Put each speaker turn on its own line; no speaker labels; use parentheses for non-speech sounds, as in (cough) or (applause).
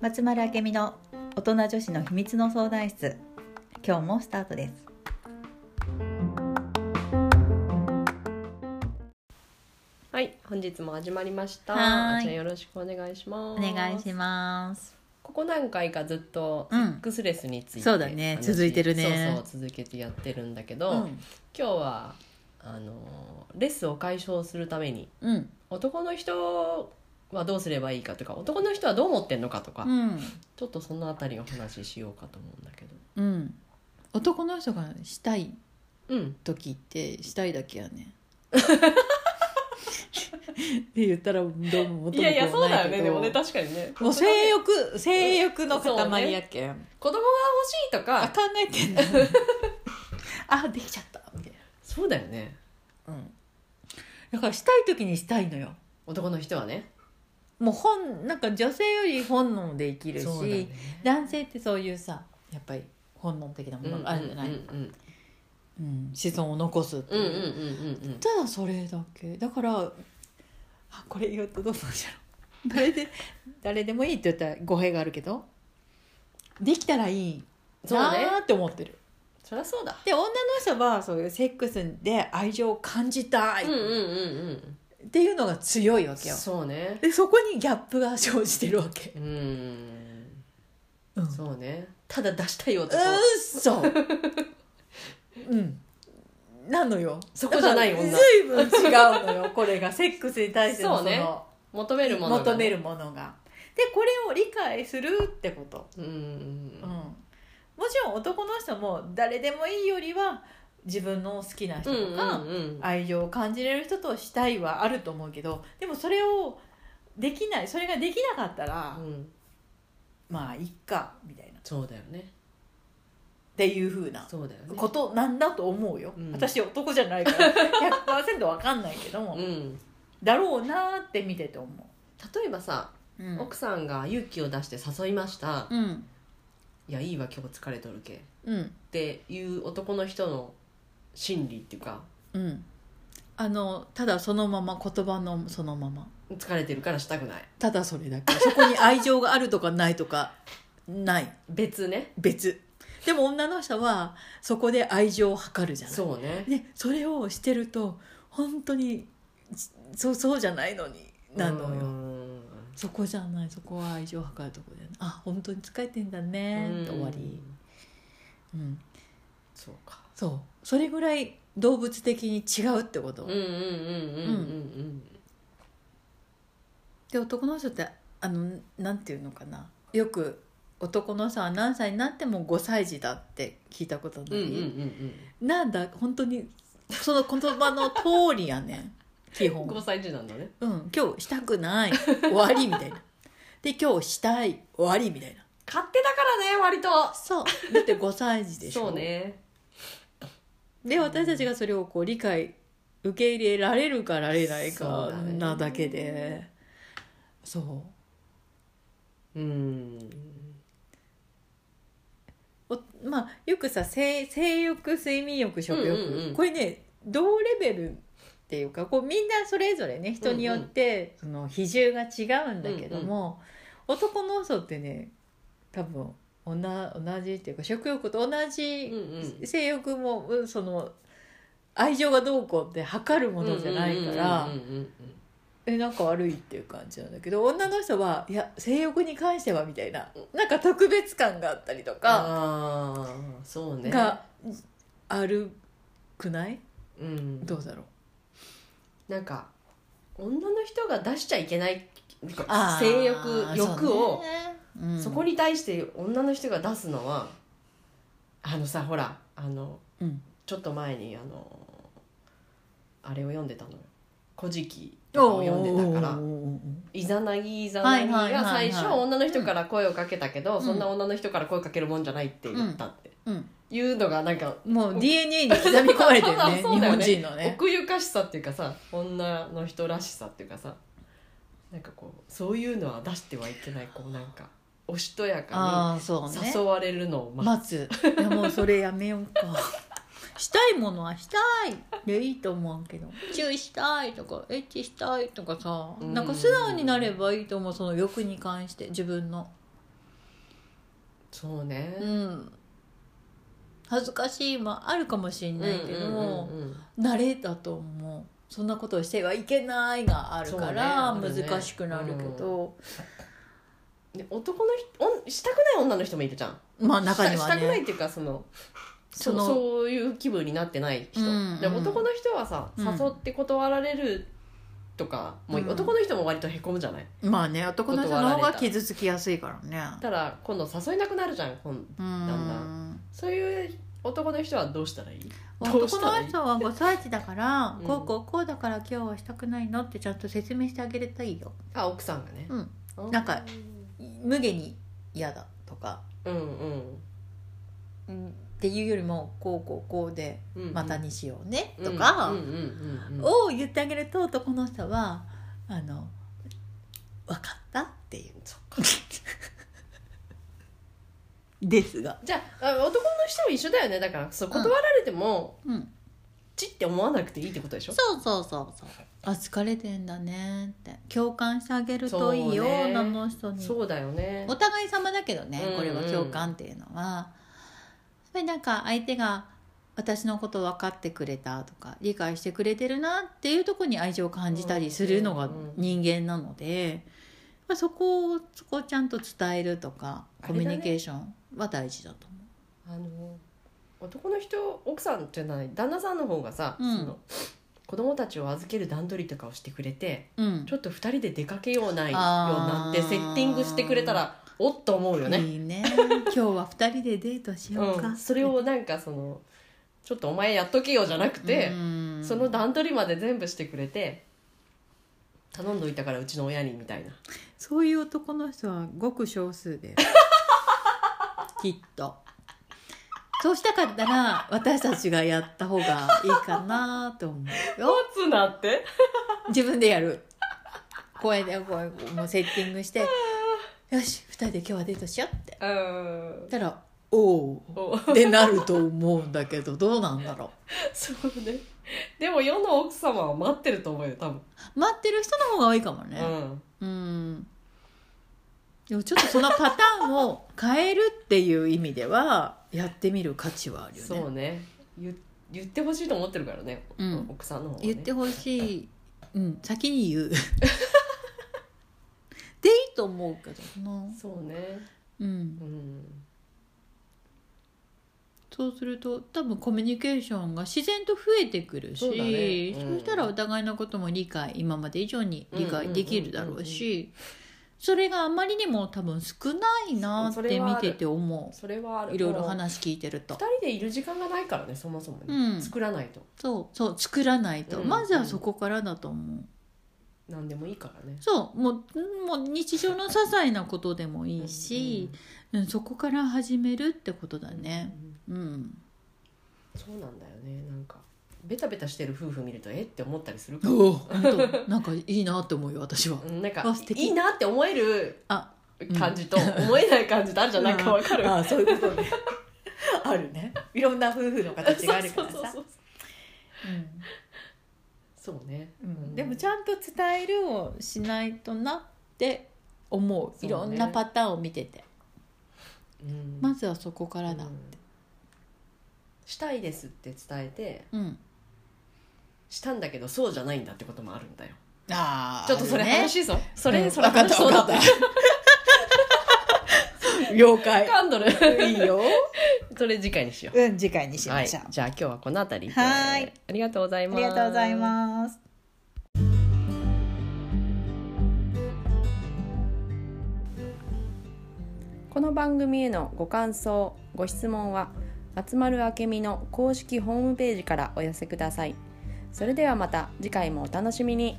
松丸明美の大人女子の秘密の相談室今日もスタートです
はい、本日も始まりました。
はーい
あーちゃんよろしくお願いし
お
ます。
願いします
ここ何回かずっと
う
セ
ん
ックスレスについて、
そうだね
話
続いてるね
そうそう続けてやってるんだけど、
う
今
ん
日はあのーレスを解消するために
うん
男の人はどうすればいいかとか男の人はどう思ってんのかとか、
うん、
ちょっとそのあたりお話ししようかと思うんだけど。
うん、男の人がしたい
うん、
時ってしたいだけや (laughs) ねって言ったらどうも元も子もない
いやいやそうだ
け
よね
ど
でもね確かにね
もう性欲性欲の
そうね
塊やけん、
子供が欲しいと
あ
か
考えてんだあできちゃったみたい
そうだよね
なうんだからしたい時にしたいのよ
男の人はね
もう本なんか女性より本能で生きるし、
そうだよね
男性ってそういうさやっぱり本能的なものがあるんじゃない、
う
うん
んうん
子孫を残すって
うん
い
うん
う、
うんうんうん
ただそれだけだからあこれ言うとどうなんじゃろう (laughs) 誰で誰でもいいって言ったら語弊があるけどできたらいい
そう
な
ね
ーって思ってる、
そりゃそうだ
で女の人はそういうセックスで愛情を感じたい
うんうんうんうん
っていうのが強いわけよ、
そうね
でそこにギャップが生じてるわけ、
うん
うん、
そうねただ出したい男
うっそうんなのよ
そこじゃない
だから
女
随分違うのよこれがセックスに対してのそ
そ
うの
ね求めるものがね
求めるものがでこれを理解するってこと、
うんうん
う
うんん
もちろん男の人も誰でもいいよりは自分の好きな人
うん
と
う
か、
んうん
愛情を感じれる人としたいはあると思うけどでもそれをできないそれができなかったら、
うん
まあいっかみたいなっ
そうだよね
ていうふうな
そうだよね
ことなんだと思うよ、
うん
私男じゃないから100%わかんないけども、
うん
だろうなーって見てて思
例えばさ
う、うん
奥さんが勇気を出して誘いました
うん
いやいいわ今日疲れとるけっ
うん
ていう男の人の心理っていうか
うんあのただそのまま言葉のそのまま
疲れてるからしたくない
ただそれだけそこに愛情があるとかないとかない
別ね
別でも女の人はそこで愛情を図るじゃない
そうね
でそれをしてると本当にそそうじゃないのになのよ、
よ
そこじゃないそこは愛情を図るとこだよねあ本当に疲れてんだねって終わり、うん、
そうか
そうそれぐらい動物的に違うってこと、
うんうんうんうんうん
で男の人ってあのなんていうのかなよく男の人は何歳になっても5歳児だって聞いたことない、
うんうんうんうん
なんだ本当にその言葉の通りやね
(laughs)
ん基
うん
本
5歳児なんだね
うん、今日したくない終わりみたいなで今日したい終わりみたいな
勝手だからね割と
そうだって5歳児でしょ
そうね
で私たちがそれをこう理解受け入れられるかられない
そ
か
うだね
なだけでそう,、
うん
おまあよくさ性性欲睡眠欲食欲、
うんうんうん
これね同レベルっていうかこうみんなそれぞれね人によってその比重が違うんだけども、男の人ってね多分おな同じっていうか食欲と同
うん
じ
うん
性欲もうんその愛情がどうこうって測るものじゃないから
うんうんうん
えなんか悪いっていう感じなんだけど女の人はいや性欲に関してはみたいななんか特別感があったりとか
ああそうね
があるくない
うん
どうだろう
なんか女の人が出しちゃいけない
あー
性欲欲
そ
を
うねうん
そこに対して女の人が出すのはあのさほらあの
うん
ちょっと前にあのあれを読んでたのよ「古事記」とかを読んでたか
おー
ら
おーおーおー
イザナギイザ
は
ナ
い
ギ
はいはい
が
はい
最初女の人から声をかけたけど、
ん
そんな女の人から声かけるもんじゃないって言ったって、
うん
いうのがなんか、
もう DNA に刻み込まれてるね
(laughs) そうだよね
日本人のね
奥ゆかしさっていうかさ女の人らしさっていうかさなんかこうそういうのは出してはいけないこうなんかおしとやか
ああそう
に
ね
誘われるのを待つ (laughs)
待ついやもうそれやめようかしたいものはしたいでいいと思うけど注意したいとかエッチしたいとかさ
うん
なんか素直になればいいと思うその欲に関して自分の
そうね
うん恥ずかしいもあるかもしれ
うん
ないけど、
うんうんうん
慣れだと思うそんなことをしてはいけないがあるから
そうねあるね
難しくなるけど、
で男の人おしたくない女の人もいるじゃん
まあ中に
し
は
たしたくな
ね
いっていうかその
そ
そ
の
そういう気分になってない人、
うん
で
うん
男の人はさ
うん
誘って断られるとか、もう
うん
男の人も割とへこむじゃない
まあね男の人の方が傷つきやすいからね
ただ今度誘えなくなるじゃん今
う
だ
ん
そういう男の人はどうしたらいいどうし
男
たらいい
の人は5歳児だから、
うん
こうこうこうだから今日はしたくないのってちゃんと説明してあげれたらいいよ
あ奥さんがね、
うん
あー
なんか無限に嫌だとか、
うんうん
うんっていうよりもこうこうこうで
うんうん
またにしようね
うん
とか、
うんうんうんうん
を言ってあげると男の人は「あの分かった」っていう
そっか
ですが、
じゃああ男の人も一緒だよねだからそう断られても、
うん、
チって思わなくていいってことでしょ
そうそうそうそう「あ疲れてんだね」って共感してあげるといいよ、
そうね
女の人に
そうだよね
お互い様だけどね
うんうん
これは共感っていうのは、やっぱりなんか相手が私のこと分かってくれたとか理解してくれてるなっていうところに愛情を感じたりするのが
うんうんうん
人間なので、まあ、そこをそこをちゃんと伝えるとか
あ
コ
れだ
ミ
ね
ュニケーションは大事だと思う。
あの男の人奥さんじゃない旦那さんの方がさ、
うん
その子供たちを預ける段取りとかをしてくれて
うん
ちょっと2人で出かけようないようにな
あ
っ
ー
てセッティングしてくれたらおっと思うよね。
いいね今日は二人でデートしようか、
うん、それをなんかそのちょっとお前やっとけよじゃなくて、
うん
その段取りまで全部してくれて頼んどいたからうちの親にみたいな
そういう男の人はごく少数できっとそうしたかったら私たちがやった方がいいかなと思うよ
つなって
自分でやるこうやってこうやってもうセッティングしてよし2人で今日はデートしようって
うん
言ったら「おう」
お (laughs)
ってなると思うんだけどどうなんだろ
そうねでも世の奥様は待ってると思うよ多分、
う待ってる人の方が多いかもね、
うん
うんでもちょっとそのパターンを変えるっていう意味ではやってみる価値はあるよね
そうね言言ってほしいと思ってるからね、
うん
奥さんの方は、ね、
言ってほしい、うん、先に
(laughs)
言うでいいと思うけどな、
そうね
うん
う、ん
そうすると多分コミュニケーションが自然と増えてくるし
そうだねう
そ
ん
うしたらお互いのことも理解今まで以上に理解できるだろう
うん
しそれがあまりにも多分少ないな
そ
っ
うそれ
て
はあ
見
る
てて思
それはあ
う
る
いろいろ
も
話聞いてる
う
と
二人でいる時間がないからねそもそもね、
うん
作らないと
そうそう作らないと、
うん
まずはそこからだと思う
何でもいいからね
そうもうもう日常の些細なことでもいいし、うんそこから始めるってことだ
うんうん
ね
うん
うん
そうなんだよねなんかベタベタしてる夫婦見るとえって思ったりするか
おお本当なんかいいなって思うよ私は
うんなんか
あ素敵
いいなって思える
あ
感じと、思えない感じとあるじゃんないかわかる
あそういうことねあるねいろんな夫婦の形があるから
(laughs) そうそう
さ
そうそうそうね、
うんうんでもちゃんと伝えるをしないとなって思ういろん
そう
な
ね
パターンを見てて、
うん
まずはそこからだ
うんしたいですって伝えて
うん
したんだけどそうじゃないんだってこともあるんだよ
あ
ちょっとそれ楽しいぞ、それ、
うん
それ
わかっ
楽
た
しそうだ
わか (laughs) った了解
噛んどる
いいよ
それ次回にしよう
うん次回にし
は
ま
い、
し
じ
ょう、
ゃあ今日はこの辺りで
はい
ありがとうござい
あ
ます
りがとうございます
この番組へのご感想ご質問は松丸あけみの公式ホームページからお寄せくださいそれではまた次回もお楽しみに